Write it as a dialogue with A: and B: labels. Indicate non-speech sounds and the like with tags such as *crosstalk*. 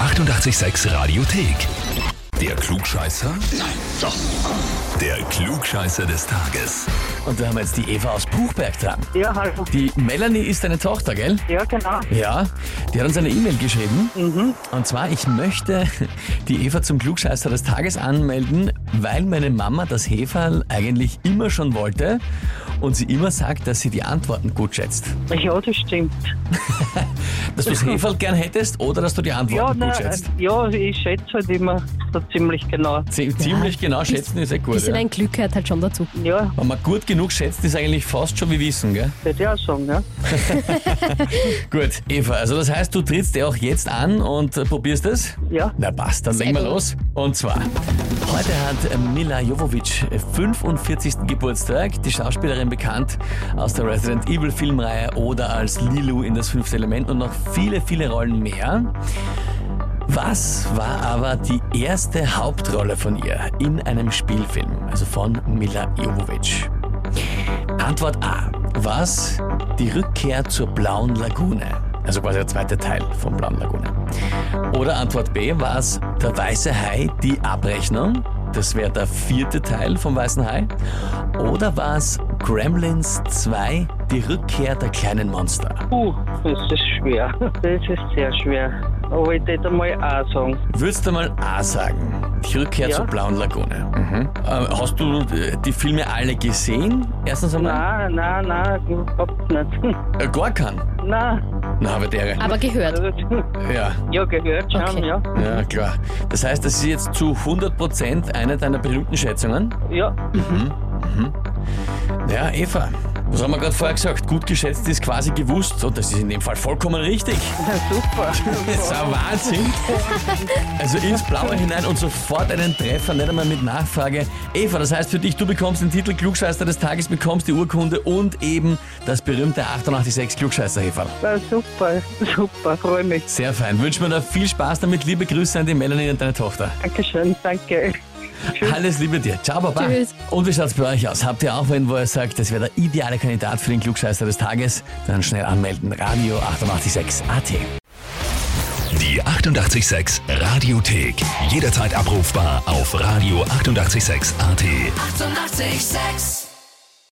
A: 886 Radiothek. Der Klugscheißer? Nein, doch. Der Klugscheißer des Tages.
B: Und da haben wir jetzt die Eva aus Puchberg dran.
C: Ja, hallo.
B: Die Melanie ist deine Tochter, gell?
C: Ja, genau.
B: Ja, die hat uns eine E-Mail geschrieben. Und zwar, ich möchte die Eva zum Klugscheißer des Tages anmelden, weil meine Mama das Heferl eigentlich immer schon wollte und sie immer sagt, dass sie die Antworten gut schätzt.
C: Ja, das stimmt.
B: Dass du das Heferl gern hättest oder dass du die
C: Ja,
B: Antworten
C: nein,
B: gut schätzt.
C: äh, ja, ich schätze halt immer so ziemlich genau.
B: Zie- Ziemlich genau schätzen ist ja
D: Ein
B: gut.
D: bisschen
B: Ja.
D: ein Glück gehört halt schon dazu.
C: Ja,
B: Wenn man gut genug schätzt, ist eigentlich fast schon wie Wissen, gell?
C: würde ich auch sagen, ja.
B: Gut, Eva, also das heißt, du trittst dir auch jetzt an und äh, probierst es?
C: Ja.
B: Na passt, dann legen wir
D: gut.
B: los. Und zwar, heute hat äh, Mila Jovovich äh, 45. Geburtstag, die Schauspielerin bekannt aus der Resident Evil Filmreihe oder als Lilu in das fünfte Element und noch viele, viele Rollen mehr. Was war aber die erste Hauptrolle von ihr in einem Spielfilm, also von Mila Jovovich? Antwort A. Was? Die Rückkehr zur Blauen Lagune. Also quasi der zweite Teil von Blauen Lagune. Oder Antwort B. Was? Der Weiße Hai, die Abrechnung. Das wäre der vierte Teil vom Weißen Hai. Oder was? Gremlins 2, die Rückkehr der kleinen Monster.
C: Puh, das ist schwer. Das ist sehr schwer. Aber ich würde mal A sagen.
B: Würdest du mal A sagen? Die Rückkehr
C: Ja.
B: zur Blauen Lagune. Mhm. Äh, hast du äh, die Filme alle gesehen? Erstens einmal?
C: Nein, nein, nein, überhaupt nicht. *laughs*
B: Äh, gar keinen.
C: Nein. *laughs*
B: Na, aber der.
D: Aber gehört.
C: Also,
B: Ja.
C: Ja, gehört schon,
D: Okay.
C: ja.
B: Ja, klar. Das heißt, das ist jetzt zu 100% eine deiner berühmten Schätzungen.
C: Ja, *laughs*
B: Ja, Eva, was haben wir gerade vorher gesagt? Gut geschätzt ist quasi gewusst und das ist in dem Fall vollkommen richtig.
C: na, super.
B: Das ist ein Wahnsinn. Also ins Blaue hinein und sofort einen Treffer, nicht einmal mit Nachfrage. Eva, das heißt für dich, du bekommst den Titel Klugscheißer des Tages, bekommst die Urkunde und eben das berühmte 886 klugscheißer -Heferl.
C: Na, super, super, freue mich.
B: Sehr fein. Wünschen wir dir viel Spaß damit. Liebe Grüße an die Melanie und deine Tochter.
C: Dankeschön, danke. Tschüss.
B: Alles Liebe dir. Ciao, Baba.
D: Tschüss.
B: Und wie schaut's bei euch aus? Habt ihr auch wen, wo ihr sagt, das wäre der ideale Kandidat für den Klugscheißer des Tages? Dann schnell anmelden. Radio 886 AT.
A: Die 886 Radiothek. Jederzeit abrufbar auf radio886.at. 886! 886.
E: 886